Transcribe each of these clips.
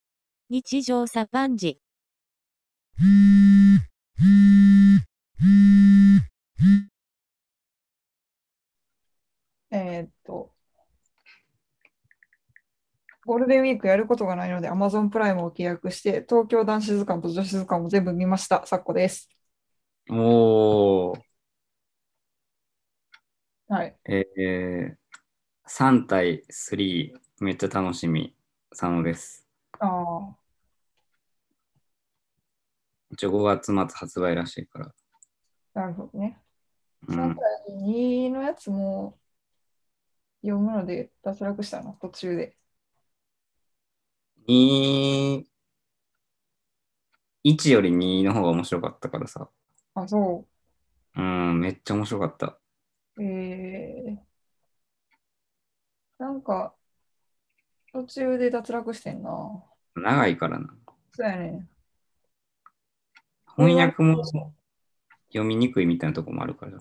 日常茶飯事。えーっと、ゴールデンウィークやることがないので、Amazon プライムを契約して、東京男子図鑑と女子図鑑を全部見ました、さっこです。おー、はい。えー、3対3、めっちゃ楽しみ、佐野です。ああ、一応5月末発売らしいから。なるほどね。うん、 2のやつも読むので脱落したな、途中で。 2、1より2の方が面白かったからさ。あ、そうん、めっちゃ面白かった。う。えー、なんか、途中で脱落してんな。長いからな。そうやね。翻訳も読みにくいみたいなとこもあるから。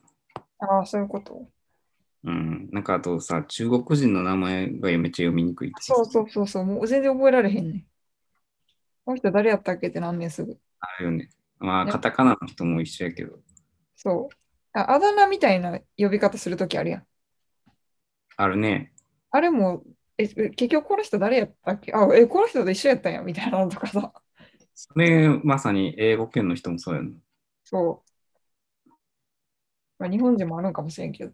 ああ、そういうこと。うん、なんかあとさ、中国人の名前がめっちゃ読みにくいってさそうそうそうそう、もう全然覚えられへんねん。この人誰やったっけってなんねんすぐ。あるよね。まあ、カタカナの人も一緒やけど。そう。ああだ名みたいな呼び方するときあるやん。あるね。あれも、え、え結局この人誰やったっけあ、え、この人と一緒やったんや、みたいなのとかさ。 それ、まさに英語圏の人もそうやな。そう。まあ、日本人もあるんかもしれんけど。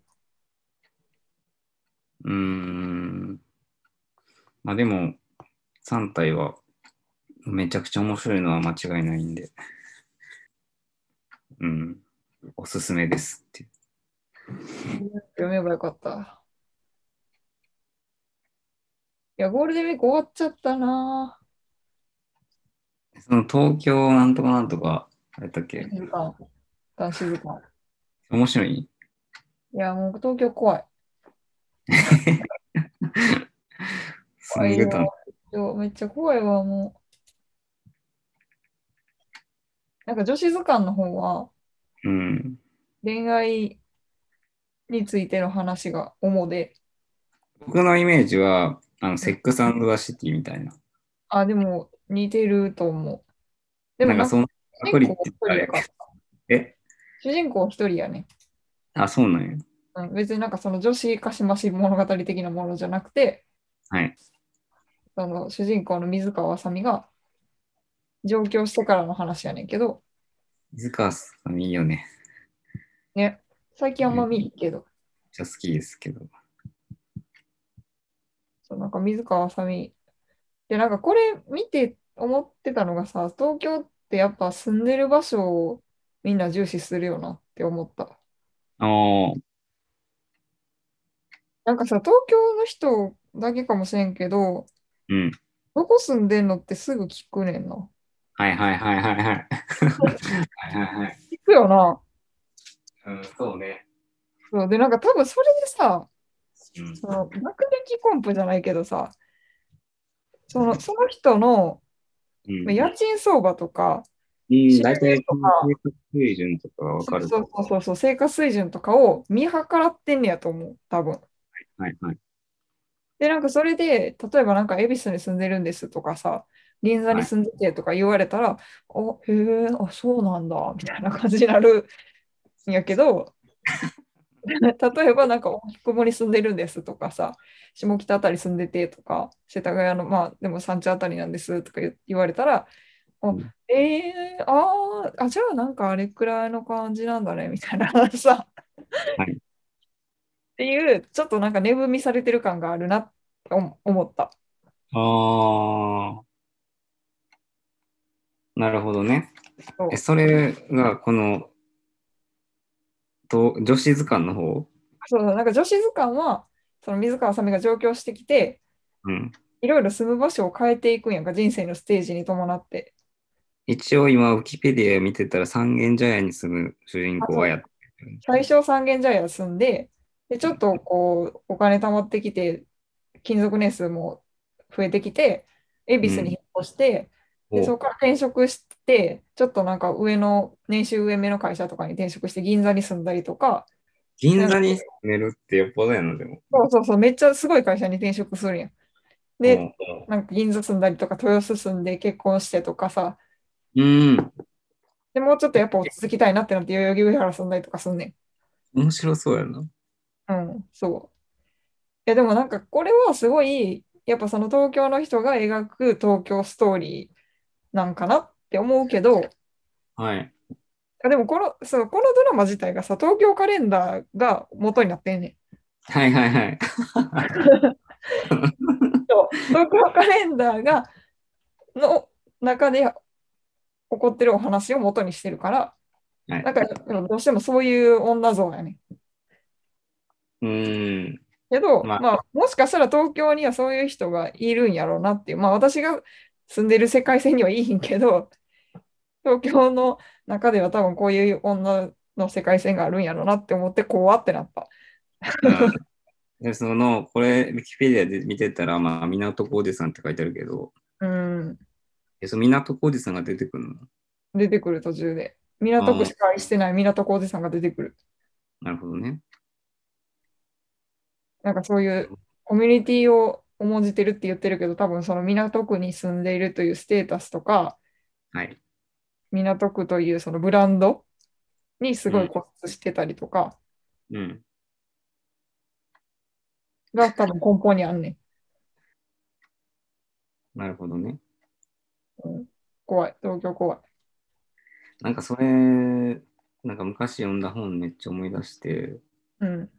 うーん。まあでも、3体はめちゃくちゃ面白いのは間違いないんで。うん。おすすめですって。読めばよかった。いや、ゴールデンウィーク終わっちゃったなその東京なんとかなんとか、あれだっけぁ。時間。男子時間。面白いいや、もう東京怖い。住んでたの。いやめっちゃ怖いわ、もう。なんか女子図鑑の方は、うん。恋愛についての話が主で、僕のイメージは、あの、セックスザシティみたいな。あ、でも似てると思う。でなもんかそのア主プリっ人公て一人あやれから。え主人公一人やね。あ、そうなんや。うん、別になんかその女子かしまし物語的なものじゃなくて、はい。その主人公の水川あさみが上京してからの話やねんけど、水川さんいいよね。ね、最近あんま見るけど、めっちゃ好きですけど。そうなんか水川あさみ。で、なんかこれ見て思ってたのがさ、東京ってやっぱ住んでる場所をみんな重視するよなって思った。ああ。なんかさ、東京の人だけかもしれんけど、うん。どこ住んでんのってすぐ聞くねんな。はいはいはいはいはい。はいはいはい。聞くよな。 うん、そうね。そうで、なんか多分それでさ、うんその爆撃コンプじゃないけどさ、そのその人のうんまあ家賃相場とか、うん、大体、とか生活水準とかがわそかうる。そうそうそう、生活水準とかを見計らってんねやと思う、多分。はいはい。で、なんかそれで、例えばなんか恵比寿に住んでるんですとかさ、銀座に住んでてとか言われたら、お、へえ、あ、そうなんだ、みたいな感じになるんやけ ど、例えばなんか、奥もに住んでるんですとかさ、下北あたり住んでてとか、世田谷の、まあ、でも山地あたりなんですとか言言われたら、あうんえー、あーあ、じゃあなんかあれくらいの感じなんだね、みたいなさ、はいっていう、ちょっとなんか値踏みされてる感があるなって思思った。ああ。なるほどね。そうえ、それが、この、と女子図鑑の方そうそうなんか女子図鑑はその水川あさみが上京してきてうん。いろいろ住む場所を変えていくんやんか人生のステージに伴って一応今、ウィキペディア見てたら、三軒茶屋に住む主人公はやってる。最初三軒茶屋住んででちょっとこうお金貯まってきて勤続年数も増えてきて恵比寿に引っ越して、でそこおから転職してちょっとなんか上の年収上目の会社とかに転職して銀座に住んだりとか銀座に住めるってよっぽどやな、でも。そうそうそうめっちゃすごい会社に転職するやんで、なんか銀座住んだりとか、豊洲住んで結婚してとかさ、うん。でもうちょっとやっぱ落ち着きたいなってなって、代々木上原住んだりとかすんね面白そうやな。ん。うん、そう。いや、でもなんかこれはすごい、やっぱその東京の人が描く東京ストーリーなんかなって思うけど、はい。あでもこの、そう、このドラマ自体がさ、東京カレンダーが元になってんねん。はいはいはい。そう東京カレンダーがの中で起こってるお話を元にしてるから、はいなんかどうしてもそういう女像やねん。 うん。けど、ままああもしかしたら東京にはそういう人がいるんやろうなっていう、まあ、私が住んでる世界線にはいいんけど、 東京の中では多分こういう女の世界線があるんやろうなって思って、怖ってなった。うんでその、これ、ウィキペディアで見てたら、まあ、港浩二さんって書いてあるけど、うん、えその港浩二さんが出てくるの出てくる途中で。港区しか愛してない港小路さんが出てくる。なるほどね。なんかそういうコミュニティを重んじてるって言ってるけど、多分その港区に住んでいるというステータスとか、はい。港区というそのブランドにすごい固執してたりとかうん。が多分根本にあんねん。なるほどね。怖い。東京怖い。なんかそれ、なんか昔読んだ本めっちゃ思い出して、うん。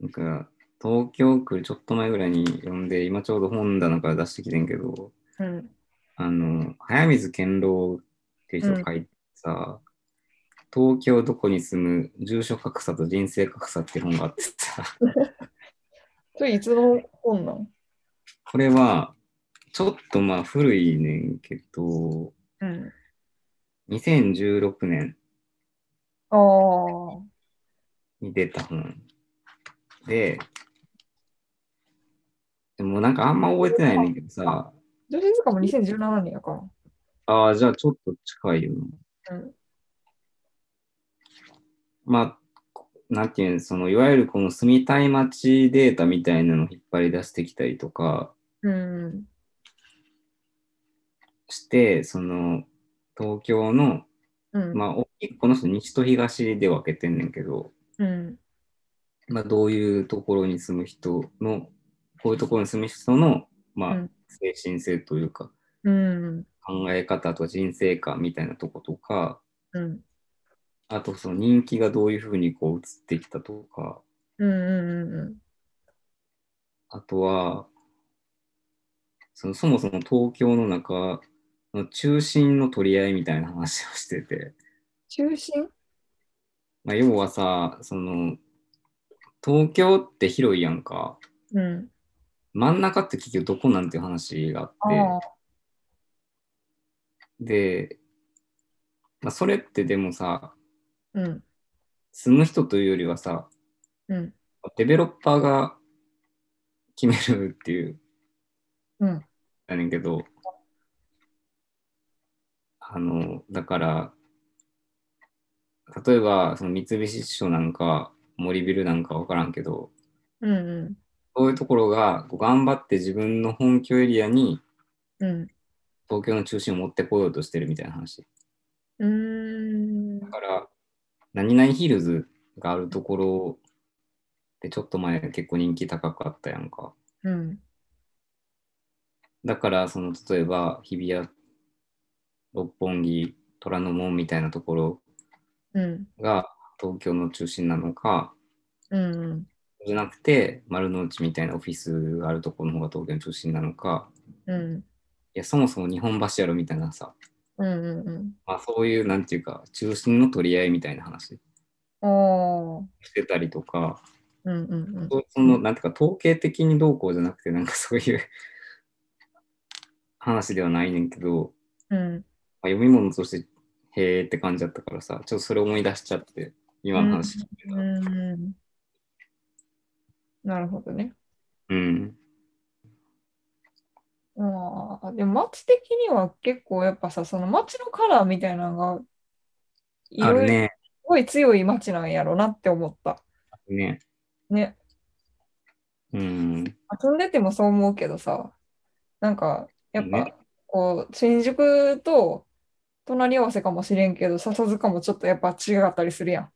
なんか東京来るちょっと前ぐらいに読んで、今ちょうど本棚から出してきてんけど、うん。あの、早水健郎っていう人が書いてさ、東京どこに住む住所格差と人生格差って本があってさ、 それいつの本なんこれはちょっとまあ古いねんけど、うん。 2016年ああ。に出た本で、でもなんかあんま覚えてないねんけどさ、女子塚も2017年やから。ああ、じゃあちょっと近いよな。うん。まあ、なんていうんそのいわゆるこの住みたい街データみたいなのを引っ張り出してきたりとかうん。して、その東京の、うん。まあ、大きくこの人西と東で分けてんねんけど、うん。まあ、どういうところに住む人の、こういうところに住む人の、まうあん、精神性というか、うん。考え方とか人生観みたいなとことか、うん。あとその人気がどういうふうにこう移ってきたとか、うん。うん。あとは、そのそもそも東京の中の中心の取り合いみたいな話をしてて、中心まあ、要はさ、その、東京って広いやんか、うん。真ん中って結局どこなんていう話があああっ。て、で、まあ、それってでもさ、うん。住む人というよりはさ、うん。デベロッパーが決めるっていう、うん。やねんけど、あの、だから、例えば、その三菱地所なんか、森ビルなんかわからんけど、うん。うん。そういうところがこう頑張って自分の本拠エリアにうん。東京の中心を持ってこようとしてるみたいな話。うーんだから、何々ヒルズがあるところでちょっと前結構人気高かったやんか。うん。だから、その例えば日比谷、六本木、虎ノ門みたいなところうん。が東京の中心なのか、うん。じゃなくて丸の内みたいなオフィスがあるところの方が東京の中心なのか、うん。いや、そもそも日本橋やろみたいなさ、うん。うん。まあ、そういう、なんていうか、中心の取り合いみたいな話ああ。してたりとか、うん。うん。そうその、なんていうか、統計的にどうこうじゃなくて、なんかそういう話ではないねんけど、うん。まあ、読み物として、へーって感じだったからさ、ちょっとそれ思い出しちゃって、今の話聞いてた。うん。なるほどね。うん。ああ。でも街的には結構やっぱさ、その街のカラーみたいなのが、いあろるいろすね。ごい強い街なんやろなって思った。ね。ね。うん。遊んでてもそう思うけどさ、なんか、やっねぱ、こう、新宿と隣り合わせかもしれんけど、笹塚もちょっとやっぱ違かったりするやん。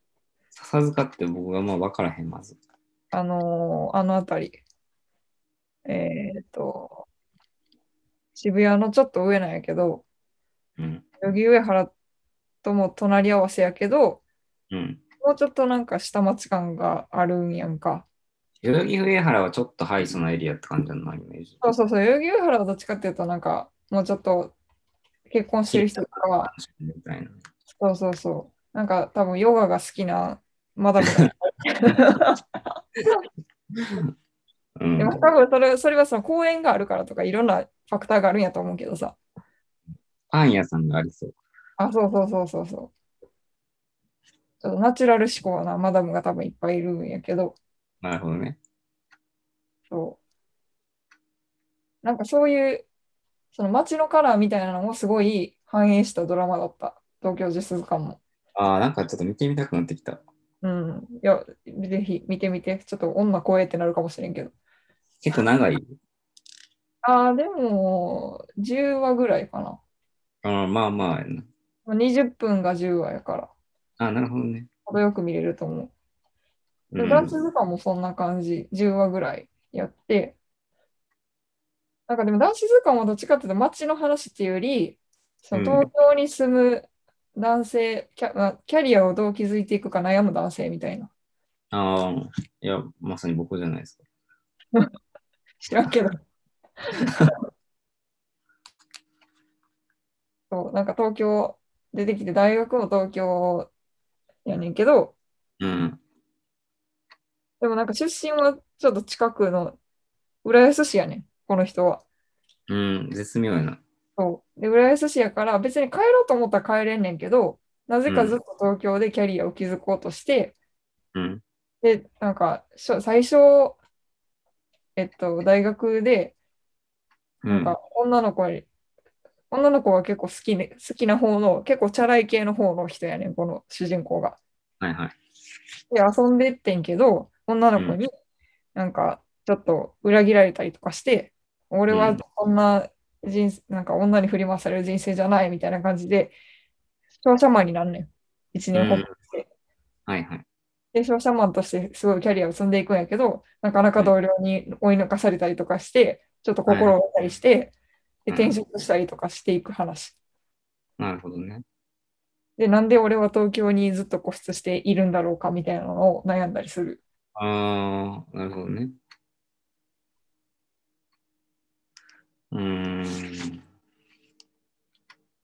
笹塚って僕がまあ分からへん、まず。あのーあの辺り。えっと、渋谷のちょっと上なんやけど、うん。代々木上原とも隣り合わせやけど、うん。もうちょっとなんか下町感があるんやんか。代々木上原はちょっとハイソなエリアって感じなのイメージ。そうそうそう、代々木上原はどっちかっていうと、なんか、もうちょっと結婚してる人とかは、みたいな。そうそうそう。なんか多分ヨガが好きなマダムだ。うで ん。も多分それそれはその公園があるからとかいろんなファクターがあるんやと思うけどさ。パン屋さんがありそう。あ、そうそうそうそうそう。ちょっとナチュラル思考なマダムが多分いっぱいいるんやけど、なるほどね。そう。なんかそういう、その街のカラーみたいなのもすごい反映したドラマだった。東京ジェスズ感も。ああ、なんかちょっと見てみたくなってきた。うん。いや、ぜひ見てみて。ちょっと女怖えってなるかもしれんけど。結構長い。ああ、でも、10話ぐらいかな。ああまあまあやな。 20分が10話やから、ああ、なるほどね。程よく見れると思う。うで、んダンス図鑑もそんな感じ、10話ぐらいやって、なんかでも男子図鑑はどっちかっていうと街の話っていうより、そのうん東京に住む男性、キャまあキャリアをどう築いていくか悩む男性みた いな。ああ、いや、まさに僕じゃないですか。知らんけど。 そう、なんか東京出てきて、大学も東京やねんけど、うん。でもなんか出身はちょっと近くの浦安市やねん、この人は。うん、絶妙やな。そう。で、浦安市やから別に帰ろうと思ったら帰れんねんけど、なぜかずっと東京でキャリアを築こうとして、うん。で、なんかしょ最初、えっと、大学でうん。なんか女の子に、女の子は結構好き,、ね、好きな方の、結構チャラい系の方の人やねん、この主人公が。はいはい。で、遊んでってんけど、女の子になんかちょっと裏切られたりとかして、俺はこんな人生、なんか女に振り回される人生じゃないみたいな感じで、商社マンになんねん。一年ほっぽして。はいはい。で、商社マンとしてすごいキャリアを積んでいくんやけど、なかなか同僚に追い抜かされたりとかして、ちょっと心を折ったりして、で、うん転職したりとかしていく話。なるほどね。で、なんで俺は東京にずっと固執しているんだろうかみたいなのを悩んだりする。ああ、なるほどね。うーん。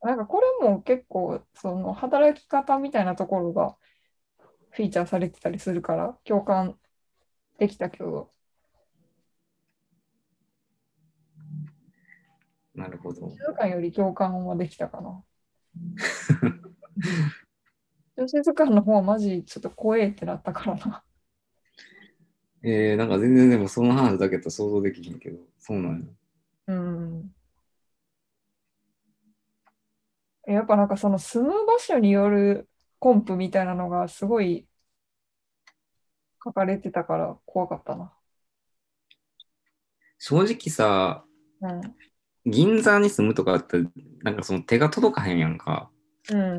なんかこれも結構その働き方みたいなところがフィーチャーされてたりするから共感できたけど、なるほど。静かより共感はできたか な。静かの方はマジちょっと怖えってなったからな。えー、なんか全然でもその話だけと想像できへんけど、そうなんうや。ん。やっぱなんかその住む場所によるコンプみたいなのがすごい書かれてたから怖かったな。正直さ、うん。銀座に住むとかって、なんかその手が届かへんやんか。うん。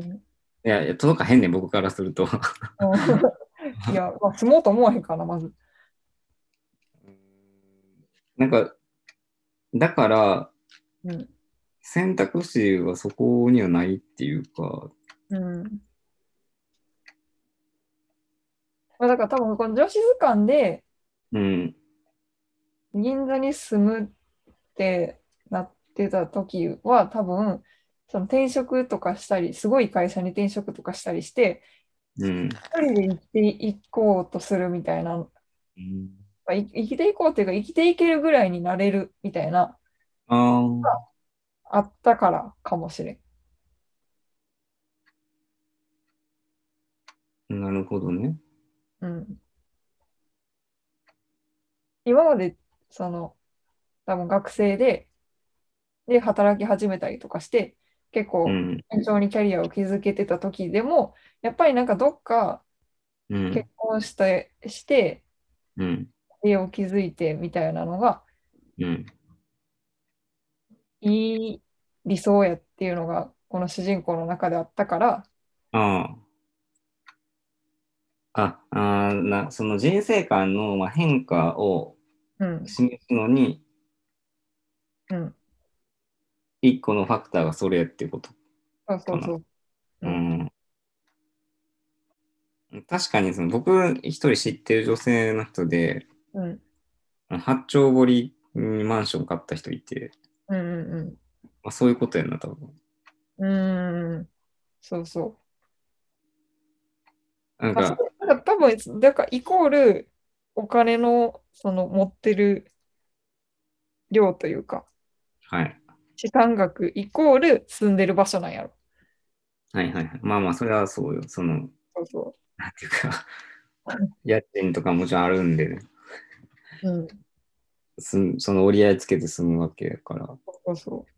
いや、いや届かへんねん、僕からすると。うん いや、まあ、住もうと思わへんからな、まず。なんか、だから、うん。選択肢はそこにはないっていうか、うん。まあ、だから多分、この女子図鑑でうん、銀座に住むってなってた時は、多分、その転職とかしたり、すごい会社に転職とかしたりして、うん。一人で行っていこうとするみたいな、まあ、い生きていこうっていうか、生きていけるぐらいになれるみたいな、ああったからかもしれん。あ、なるほどね。うん今まで、その、多分学生で、で、働き始めたりとかして、結構う、ん、順調にキャリアを築けてた時でも、やっぱりなんかどっかうん結、婚して、して、うん、家を築いてみたいなのがうん。いい理想やっていうのがこの主人公の中であったからああ。あ、あーな、その人生観のまあ変化をうん示すのに、うん一個のファクターがそれってこと。そうそうそううん。確かにその僕一人知ってる女性の人で、うんあの八丁堀にマンション買った人いて、うんうんまあ、そういうことやな、多分。うんうんうんそうそうなんまあ、そか、うなんか多分だからイコールお金のその持ってる量というかはい。資産額イコール住んでる場所なんやろ。はいはいはい。まあまあ、それはそうよ。その、そうそなんていうか、 家賃とかもちろんあるんで、ね、う。うん、すんその折り合いつけて住むわけやから。そうそう。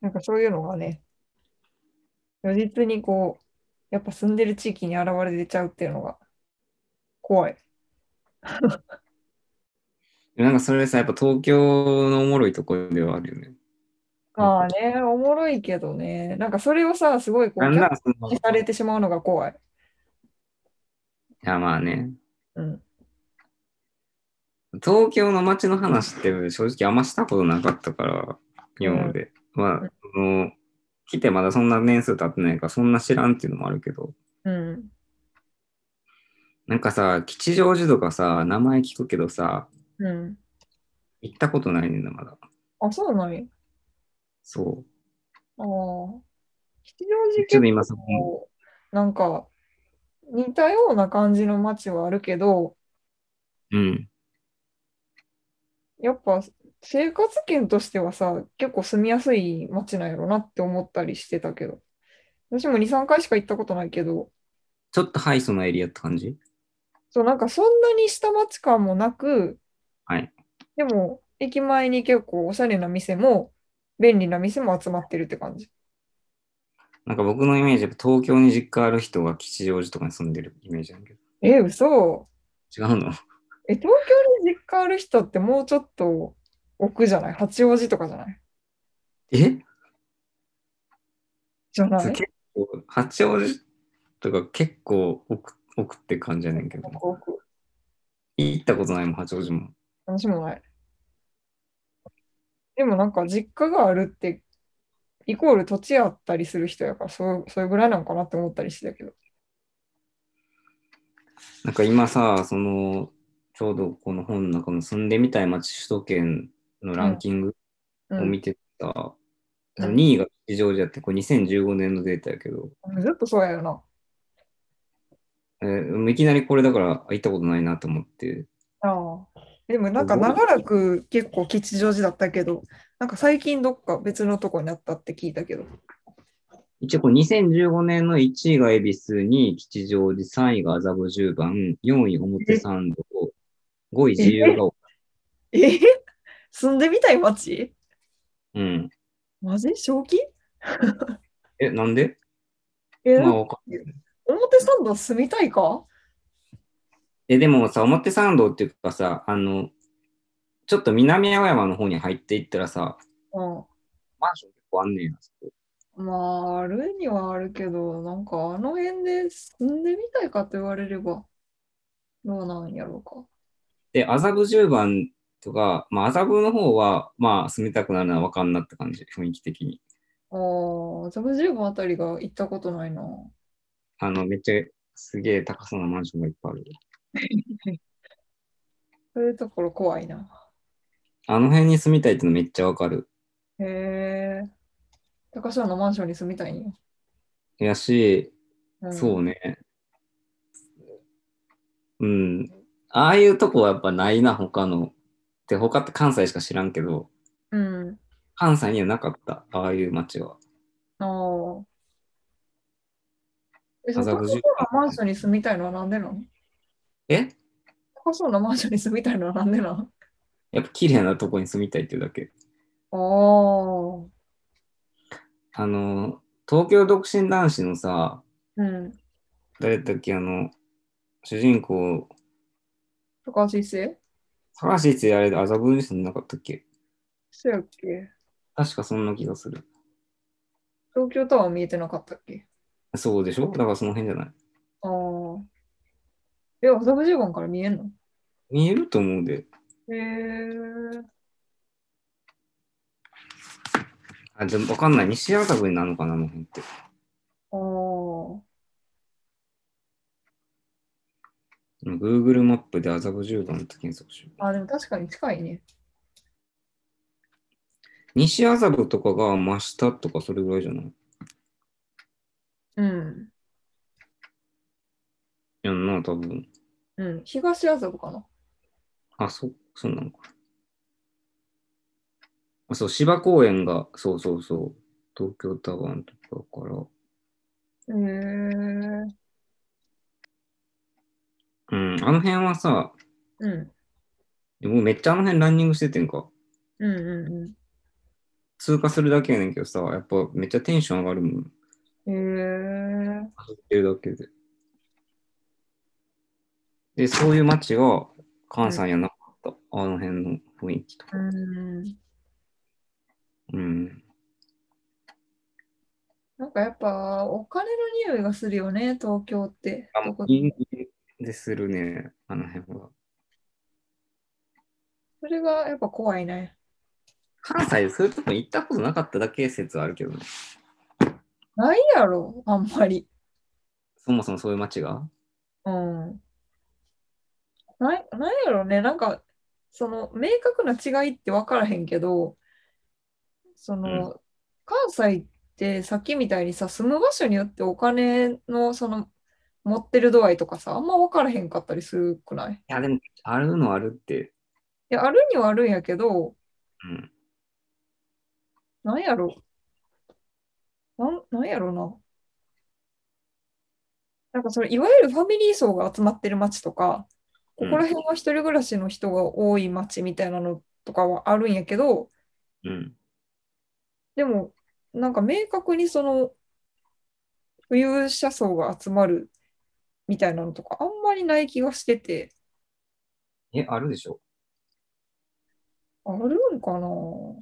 なんかそういうのがね、如実にこう、やっぱ住んでる地域に現れ出ちゃうっていうのが怖い。なんかそれさ、やっぱ東京のおもろいところではあるよね。まあね、おもろいけどね、なんかそれをさ、すごいこう、なんならそキの、ャッいチされてしまうのが怖い。やまあね、うん。東京の街の話って正直あんましたことなかったから、今まで。まあ、その、来てまだそんな年数経ってないから、そんな知らんっていうのもあるけど、うん。なんかさ、吉祥寺とかさ、名前聞くけどさ、うん。行ったことないねんな、まだ。あ、そうなんや。そう。ああ。吉祥寺ちょ結っと今そこ構、なんか、似たような感じの街はあるけど、うん。やっぱ生活圏としてはさ、結構住みやすい街なんやろなって思ったりしてたけど、私も2、3回しか行ったことないけど、ちょっとハイソなエリアって感じそう、なんかそんなに下町感もなく、はい。でも駅前に結構おしゃれな店も、便利な店も集まってるって感じ。なんか僕のイメージ、やっぱ東京に実家ある人が吉祥寺とかに住んでるイメージなんだけえ、嘘。ど。違うのえ、東京に実家ある人ってもうちょっと奥じゃない八王子とかじゃないえじゃなそうい結構、八王子とか結構奥奥って感じやねんけど、奥奥行ったことないもん、八王子も。私もない。でもなんか実家があるって、イコール土地あったりする人やから、そう、それぐらいなんかなって思ったりしてたけど。なんか今さ、その、ちょうどこの本の中の住んでみたい街首都圏のランキングうをん、見てた、うんその2位が吉祥寺やって、これ2015年のデータやけど、ずっとそうやよな。えーいきなりこれだからあ行ったことないなと思って、ああ。でもなんか長らく結構吉祥寺だったけど、なんか最近どっか別のとこになったって聞いたけど。一応こう2015年の1位が恵比寿、2位吉祥寺、3位が麻布十番、4位表参道、5位自由が丘。えへ 住んでみたい街うん。マジ正気え、なんでえ、まあわかん表参道住みたいかえ、でもさ、表参道っていうかさ、あの、ちょっと南青山の方に入っていったらさ、うん。マンション結構あんねんや、そこまあ、あるにはあるけど、なんかあの辺で住んでみたいかと言われれば、どうなんやろうか。で、麻布十番とか、まあ、麻布の方は、まあ、住みたくなるのはわかんなって感じ、雰囲気的に。ああ、ザブ十番あたりが行ったことないな。あの、めっちゃ、すげえ高そうなマンションがいっぱいある。そういうところ怖いな。あの辺に住みたいってのめっちゃわかる。へえ。高島のマンションに住みたいんや。やし、うん、そうね。うん。ああいうとこはやっぱないな、他の。で、他って関西しか知らんけど、うん。関西にはなかった、ああいう街は。ああ。え、その麻高布島の十マンションに住みたいのはなんでなのえ高島のマンションに住みたいのはなんでなのやっぱ綺麗なとこに住みたいっていうだけ。ああ。あの、東京独身男子のさ、うん。誰だっけ、あの、主人公、高橋一生高橋一生あれで麻布に住んでなかったっけそうやっけ確かそんな気がする。東京タワー見えてなかったっけそうでしょだからその辺じゃない。ああ。え、麻布十番から見えんの見えると思うで。へえ。あ、じゃあわかんない。西麻布になるのかな、あの辺って。ああ。 Google マップで麻布十番って検索しよう。あ、でも確かに近いね。西麻布とかが真下とかそれぐらいじゃないうん。やんな、多分。うん。東麻布かな。あ、そ、そうなのか。あ、そう、芝公園が、そうそうそう。東京タワーのとこだかへえ。ら。うん、あの辺はさ、うん。でもめっちゃあの辺ランニングしててんか。うんう通過するだけやねんけどさ、やっぱめっちゃテンション上がるもん。んうん。へえ。走ってるだけで。で、そういう街が関西やなかった。あの辺の雰囲気とか。うん。うん。なんかやっぱお金の匂いがするよね、東京って。あ、どこ銀でするね、あの辺は。それがやっぱ怖いね。関西でそういうとこ行ったことなかっただけ説はあるけどね。ないやろ、あんまり。そもそもそういう街が。うん。ない、なんやろね、なんか、その、明確な違いって分からへんけど、その、関西ってさっきみたいにさ、住む場所によってお金の、その、持ってる度合いとかさ、あんま分からへんかったりするくないいいや、でも、あるのはあるって。や、あるにはあるんやけど、うん。なんやろ。なん、なんやろな。なんかそれ、いわゆるファミリー層が集まってる街とか、ここら辺は一人暮らしの人が多い街みたいなのとかはあるんやけど、うん。でも、なんか明確にその、富裕者層が集まるみたいなのとか、あんまりない気がしてて、え、あるでしょあるんかなど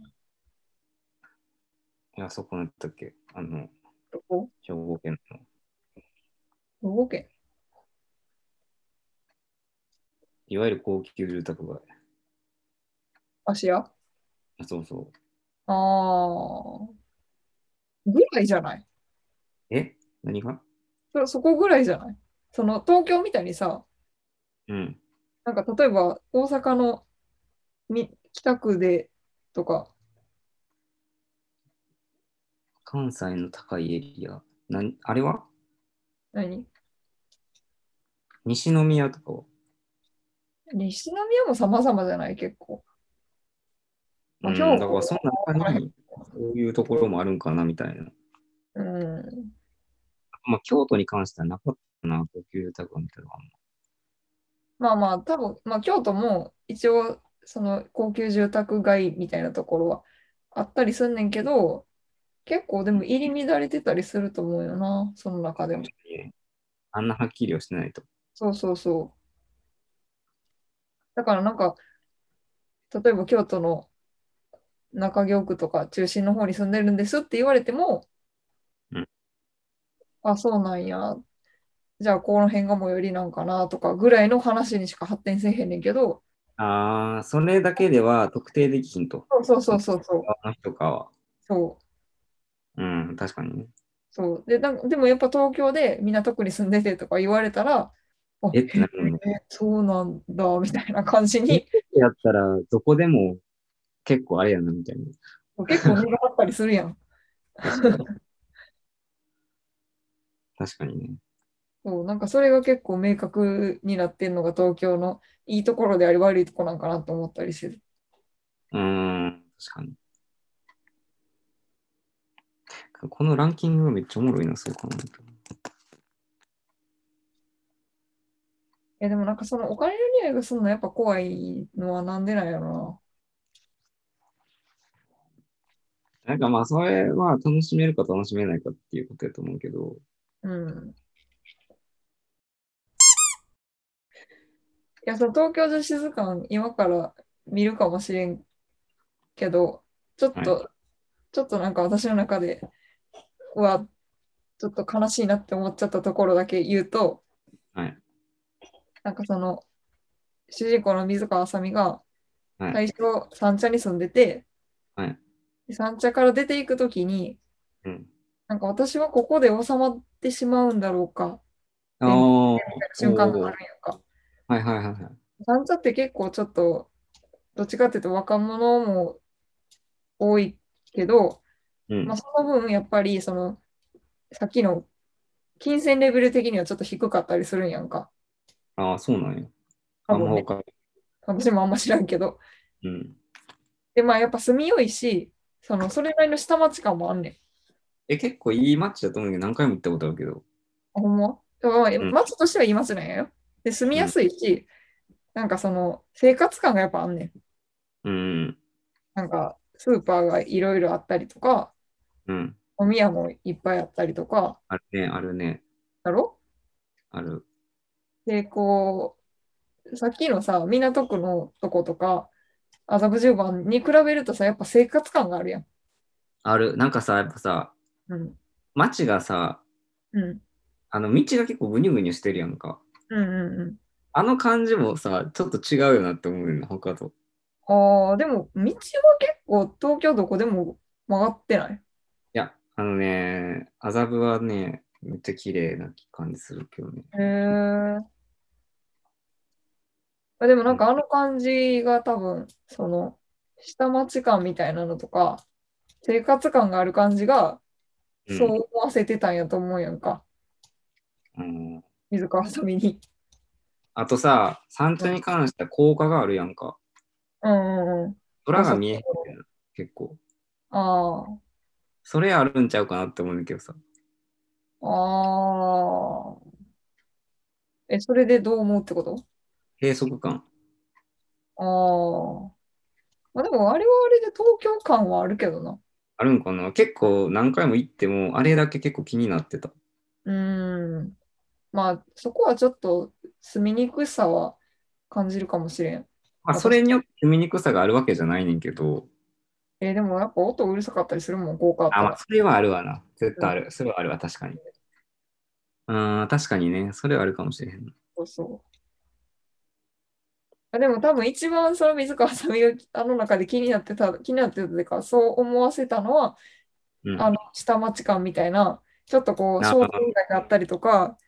いや、そこなんだったっけあの、こ兵庫県の。兵庫県いわゆる高級住宅街。芦屋ああそうそ。あー。ぐらいじゃないうえ何がそそこぐらいじゃないその東京みたいにさ、うん。なんか例えば大阪のみ北区でとか、関西の高いエリア。なんあれは何西宮とかは西宮も様々じゃない結構。まあうん、兵庫だからその中に、そういうところもあるんかなみたいな。うん。まあ、京都に関してはなかったな、高級住宅街みたいなのはまあまあ、多分、まあ京都も一応その高級住宅街みたいなところはあったりすんねんけど、結構でも入り乱れてたりすると思うよな、その中でも。あんなはっきりはしてないと。そうそうそう。だからなんか、例えば京都の中京区とか中心の方に住んでるんですって言われても、うんあ、そうなんや。じゃあ、この辺が最寄りなんかなとかぐらいの話にしか発展せえへんねんけど、ああ、それだけでは特定できひんと。そうそうそうそうそう、あの人かは。そう、うん、確かにね。そう。で、なんでもやっぱ東京で港区に住んでてとか言われたら、あえってなるのえそうなんだ、みたいな感じにやったら、どこでも結構あれやな、みたい結構広がったりするやん。な。確かに確かにね。そう、なんかそれが結構明確になってんのが東京のいいところであり悪いところなんかなと思ったりしてる。うーん、確かに。このランキングがめっちゃおもろいな、そうかな。いやでもなんかそのお金の匂いがするのやっぱ怖いのはなんでなんやろなんかまあ、それは楽しめるか楽しめないかっていうことやと思うけど、な。うん。や、その東京女子図鑑、今から見るかもしれんけど、ちょっと、はちょっとなんか私の中では、ちょっと悲しいなって思っちゃったところだけ言うと、はいなんかその、主人公の水川あさみが、は最い初、三茶に住んでて、はいで三茶から出ていくときに、うん。なんか私はここで収まってしまうんだろうか、ああ。はいみたいな瞬間があるんやんか。はいはいはい。三茶って結構ちょっと、どっちかっていうと若者も多いけど、うんまあ、。その分やっぱりその、さっきの金銭レベル的にはちょっと低かったりするんやんか。ああ、そうなんや。多あんま分ね、他。私もあんま知らんけど。うん。で、まあやっぱ住みよいし、そのそれなりの下町感もあんねん。え、結構いいマッチだと思うんだけど、何回も行ったことあるけど。あほんまでもまあん町としては言いますねよ。で、住みやすいし、なんかその生活感がやっぱあんねん。うん。なんかスーパーがいろいろあったりとか、うん。飲み屋もいっぱいあったりとか、あるね、あるね。だろある。で、こう、さっきのさ、港区のとことか、麻布十番に比べるとさ、やっぱ生活感があるやん。ある。なんかさ、やっぱさ、うん。街がさ、うん。あの、道が結構ぐにゅぐにゅしてるやんか。うんうんあの感じもさ、ちょっと違うよなって思うよね、他と。うん。ああ、でも、道は結構東京どこでも曲がってない。いや、あのね、麻布はね、めっちゃ綺麗な感じするけどね。へえ。あでもなんかあの感じが多分、その、下町感みたいなのとか、生活感がある感じが、うんそう思わせてたんやと思うやんか。うん、水川あさみに。あとさ、山頂に関しては高架があるやんか。うんうんうん。空が見えへんやん結構。ああ。それあるんちゃうかなって思うんだけどさ。ああ。え、それでどう思うってこと閉塞感。ああ。まあでも、あれはあれで東京感はあるけどな。あるんかな結構何回も行っても、あれだけ結構気になってた。うーん。まあ、そこはちょっと住みにくさは感じるかもしれん。まあ、それによって住みにくさがあるわけじゃないねんけど、えーでもやっぱ音うるさかったりするもん、豪華だったあ、まあ、ら。それはあるわな。絶対ある。それはあるわ、確かに。うん、確かにね、それはあるかもしれへんな。そうそう。あでも多分一番その水川あさみがあの中で気になってた、気になってたというか、そう思わせたのは、うん、あの下町感みたいな、ちょっとこう、な商店街があったりとか、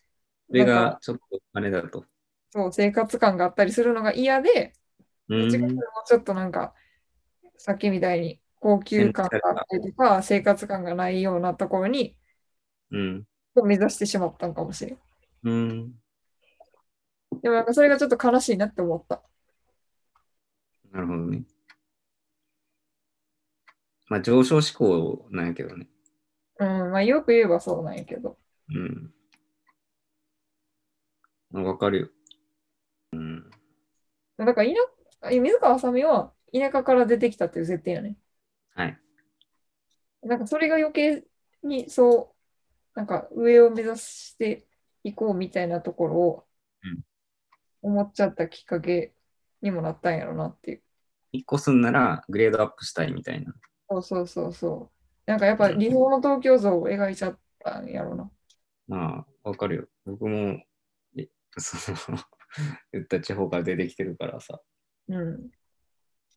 それなんがかちょっとあれだと。そう生活感があったりするのが嫌で、うどっちかというんと、ちょっとなんか、さっきみたいに高級感があったりとか、生活感がないようなところにうん。目指してしまったんかもしれん。うん。でもなんかそれがちょっと悲しいなって思った。なるほどね。まあ、上昇志向なんやけどね。うん、まあよく言えばそうなんやけど。うん。まあわかるよ。うん。だから田水川あさみは田舎から出てきたっていう設定やね。はい。なんかそれが余計にそう、なんか上を目指していこうみたいなところをうん思っちゃったきっかけにもなったんやろなっていう。引っ越すんならグレードアップしたいみたいな。そうそうそうそう。なんかやっぱ理想の東京像を描いちゃったんやろな。まあ、わかるよ。僕も、えその、 言った地方から出てきてるからさ。うん。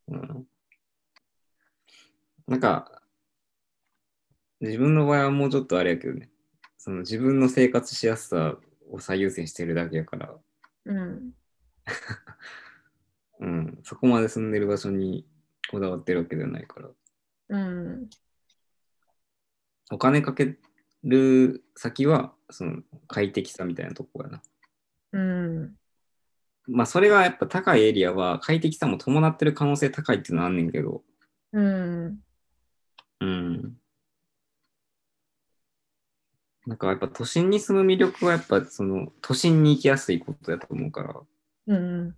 うん。なんか、自分の場合はもうちょっとあれやけどね。その自分の生活しやすさを最優先してるだけやから、うん。うん、そこまで住んでる場所にこだわってるわけじゃないから。うん。お金かける先は、その快適さみたいなとこやな。うん。まあ、それがやっぱ高いエリアは快適さも伴ってる可能性高いっていうのはあんねんけど、うん。うん。なんかやっぱ都心に住む魅力はやっぱその都心に行きやすいことだと思うから、うん。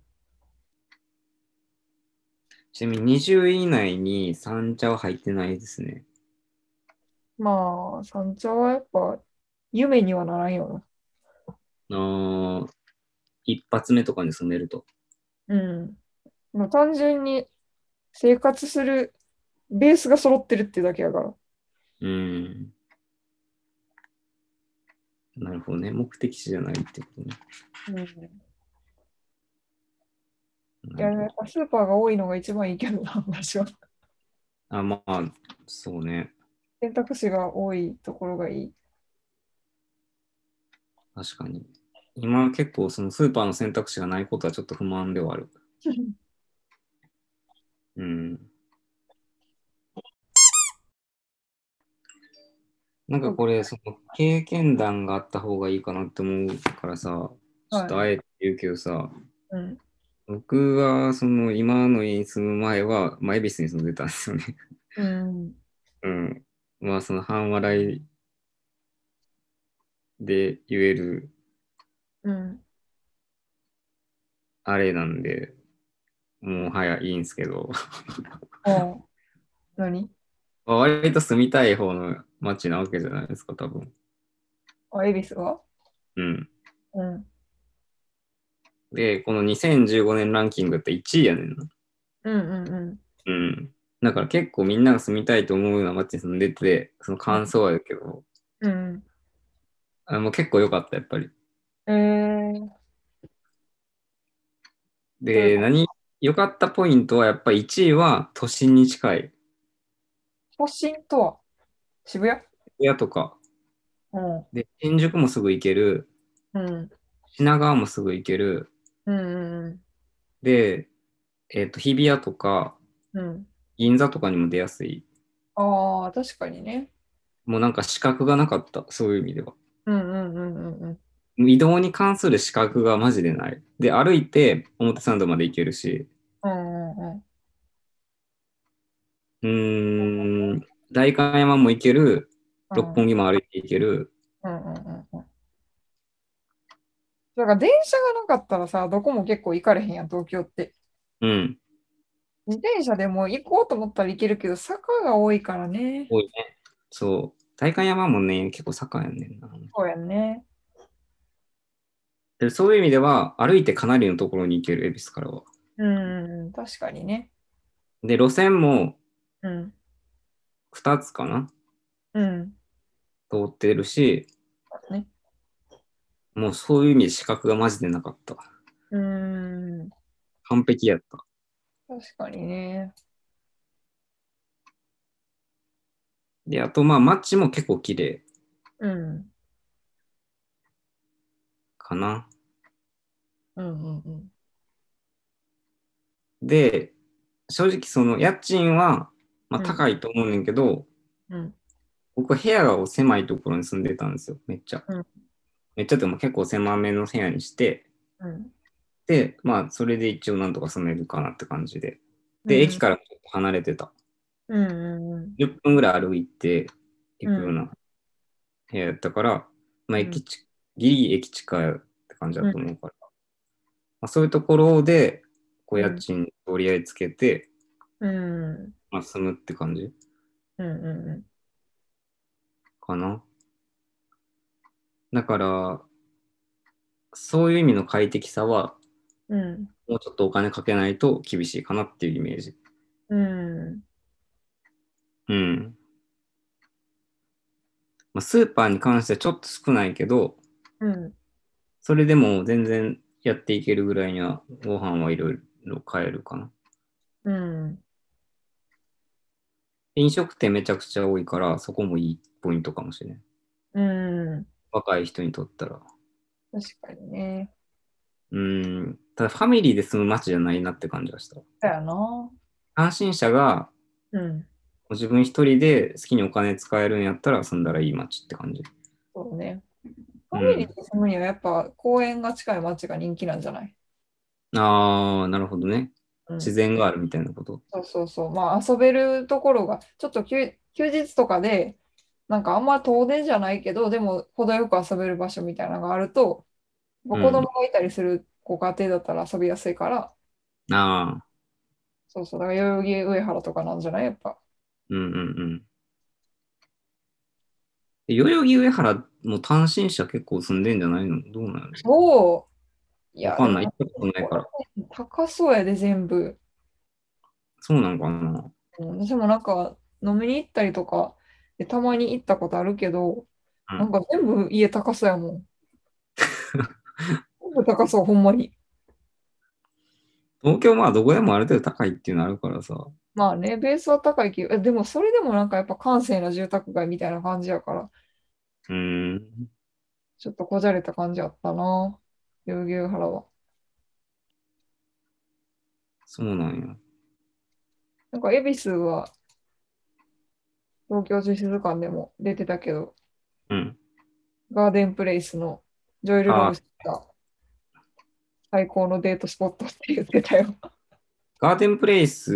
ちなみに20位以内に三茶は入ってないですね。まあ、山頂はやっぱ夢にはならんよな。あー一発目とかに住めると。うん。まあ、単純に生活するベースが揃ってるってだけやから。うん。なるほどね。目的地じゃないってことね。うん。いなや、るほやどっぱスーパーが多いのが一番いいけどな、私は。あ、まあ、そうね。選択肢が多いところがいい。確かに。今結構そのスーパーの選択肢がないことはちょっと不満ではある。うん。なんかこれ、その経験談があった方がいいかなって思うからさ、ちょっとあえて言うけどさ、うん。僕はその今の家に住む前は、まあ、恵比寿に住んでたんですよね。 うん。うん。まあその半笑いで言えるうん。あれなんで、もうはやいいんですけど、 あ何まあ割と住みたい方の街なわけじゃないですか、多分。あ、恵比寿はうん。うん。で、この2015年ランキングって1位やねんな。うんうんうん。うん。だから結構みんなが住みたいと思うような街に住んでて、その感想はやけど、うん。あもう結構良かった、やっぱり。えー、で、うん何、良かったポイントはやっぱり1位は都心に近い。都心とは渋谷親とか。うん。で、新宿もすぐ行ける。うん。品川もすぐ行ける。うんうんで、えっ、と、日比谷とかうん。うん。銀座とかにも出やすい。ああ、確かにね。もうなんか資格がなかった。そういう意味では。うんうんうんうんうん。もう移動に関する資格がマジでない。で、歩いて表参道まで行けるし。うんうんうん。うーん、代官山も行ける。六本木も歩いて行ける。うんうんうんうん。だから電車がなかったらさ、どこも結構行かれへんやん、東京って。うん。自転車でも行こうと思ったら行けるけど、坂が多いからね。多いね。そう。代官山もね、結構坂やねんな。そうやんね。でそういう意味では、歩いてかなりのところに行ける、恵比寿からは。うんうん、確かにね。で、路線もうん。 2つかなうん。通ってるし、ねもうそういう意味で資格がマジでなかった。うん。完璧やった。確かにね。で、あと、まあ、街も結構綺麗うん。かな。うんうんうん。で、正直、その家賃は、まあ、うん高いと思うねんけど、うん。僕は部屋が狭いところに住んでたんですよ、めっちゃ。うんめっちゃでも結構狭めの部屋にして、うん。で、まあ、それで一応なんとか住めるかなって感じで。で、駅からもちょっと離れてた。ら。うんうんうん。 10分ぐらい歩いて行くような部屋やったから、まあ駅ち、ギリギリ駅近いって感じだと思うから、まあ、そういうところでこうう家ん賃折り合いつけて、うん。まあ、住むって感じうんうんうん。かな。だから、そういう意味の快適さは、うん。もうちょっとお金かけないと厳しいかなっていうイメージ。うん。うん。まあ、スーパーに関してはちょっと少ないけど、うん。それでも全然やっていけるぐらいにはご飯はいろいろ買えるかな。うん。飲食店めちゃくちゃ多いからそこもいいポイントかもしれない。うん。若い人にとったら。確かにね。うん。ただファミリーで住む街じゃないなって感じがした。だよな。単身者がうん。自分一人で好きにお金使えるんやったら住んだらいい街って感じ。そうね。ファミリーで住むにはやっぱ公園が近い街が人気なんじゃない、ああ、なるほどね。うん、自然があるみたいなこと。そうそうそう。まあ遊べるところが、ちょっと休休日とかで、なんかあんま遠出じゃないけど、でも程よく遊べる場所みたいなのがあると、まあうん子供がいたりするご家庭だったら遊びやすいから、ああ、そうそう、だから代々木上原とかなんじゃないやっぱ。うんうんうん。で代々木上原も単身者結構住んでんじゃないのどうなのそういわや、かんない。行ったことないから。高そうやで、全部。そうなんかな。うん私もなんか、飲みに行ったりとか、でたまに行ったことあるけど、うんなんか全部家高そうやもん。 全部高そう、ほんまに。東京まあどこでもある程度高いっていうのあるからさ。まあね、ベースは高いけど、えでもそれでもなんかやっぱ閑静な住宅街みたいな感じやから、うーん。ちょっとこじゃれた感じやったな、代々木上原は。そうなんや。なんか恵比寿は、東京女子図鑑でも出てたけど、うん。ガーデンプレイスのジョイル・ロブスが最高のデートスポットって言ってたよ。ガーデンプレイス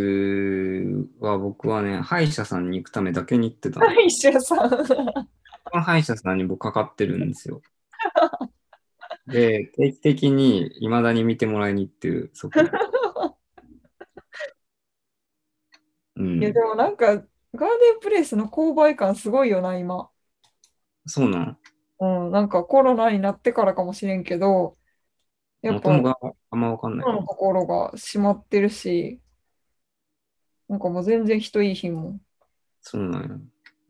は僕はね、歯医者さんに行くためだけに行ってたの。一緒さん。この歯医者さんに僕かかってるんで すよ。で、定期的にいまだに見てもらいに行ってる、そこ。 うんいや、でもなんか、ガーデンプレイスの購買感すごいよな、今。そうなん。うん、なんかコロナになってからかもしれんけど、やっ元ぱ、も今があんまわかんないかのらところが閉まってるし、なんかもう全然人いい日もん。そうなん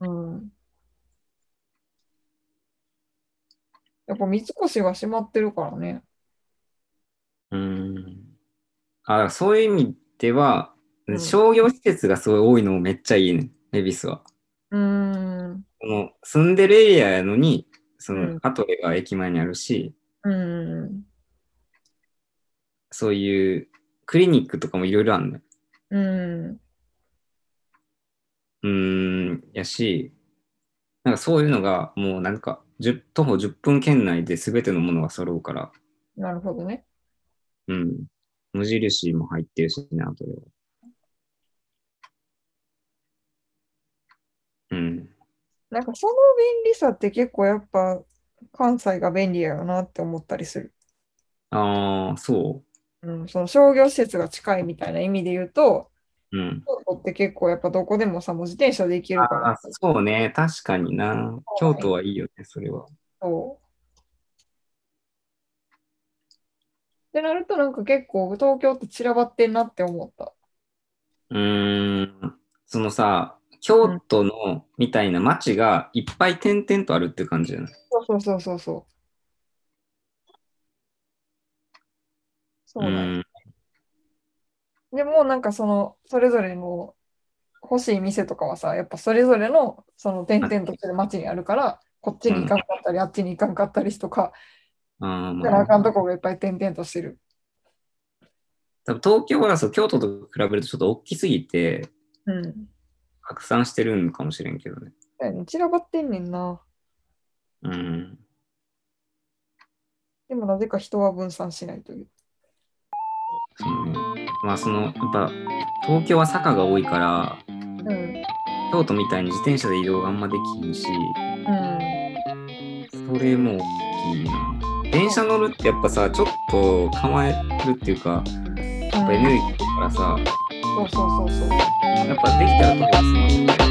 や。うん。やっぱ三越が閉まってるからね。うーん。あ、だからそういう意味では、うん商業施設がすごい多いのもめっちゃいいね、恵比寿は。うーん。この住んでるエリアやのに、そうんのアトレが駅前にあるし、うん。そういうクリニックとかもいろいろあるね。うん。うーん、やし、なんかそういうのがもうなんか10徒歩10分圏内で全てのものが揃うから、なるほどね。うん。無印も入ってるしね、あとでは。うん。なんかその便利さって結構やっぱ関西が便利やよなって思ったりする。ああ、そうん、その商業施設が近いみたいな意味で言うと、う。うん。京都って結構やっぱどこでもさ、もう自転車で行けるかあらあ、、そうね。確かにな。京都はいいよね、それは。そう。ってなるとなんか結構東京って散らばってんなって思った。うーん。そのさ、京都のみたいな街がいっぱい点々とあるって感じじゃないそうそうそうそうそう。そうなんよん。でもなんかそのそれぞれの欲しい店とかはさやっぱそれぞれのその点々とする街にあるからこっちに行かんかったりあっちに行かんかったりとかあーだかまあらあかんとこがいっぱい点々としてる。多分東京はそう京都と比べるとちょっと大きすぎてうん。拡散してるんかもしれんけどね。だよね散らばってんねんな。うん。でもなぜか人は分散しないという。そうね。まあそのやっぱ東京は坂が多いからうん。うん。京都みたいに自転車で移動があんまできんし嗯それも大きいな。電車乗るってやっぱさちょっと構えるっていうか嗯やっぱエネルギーだからさそうそうそうそう。やっぱできたらとこはすまんね。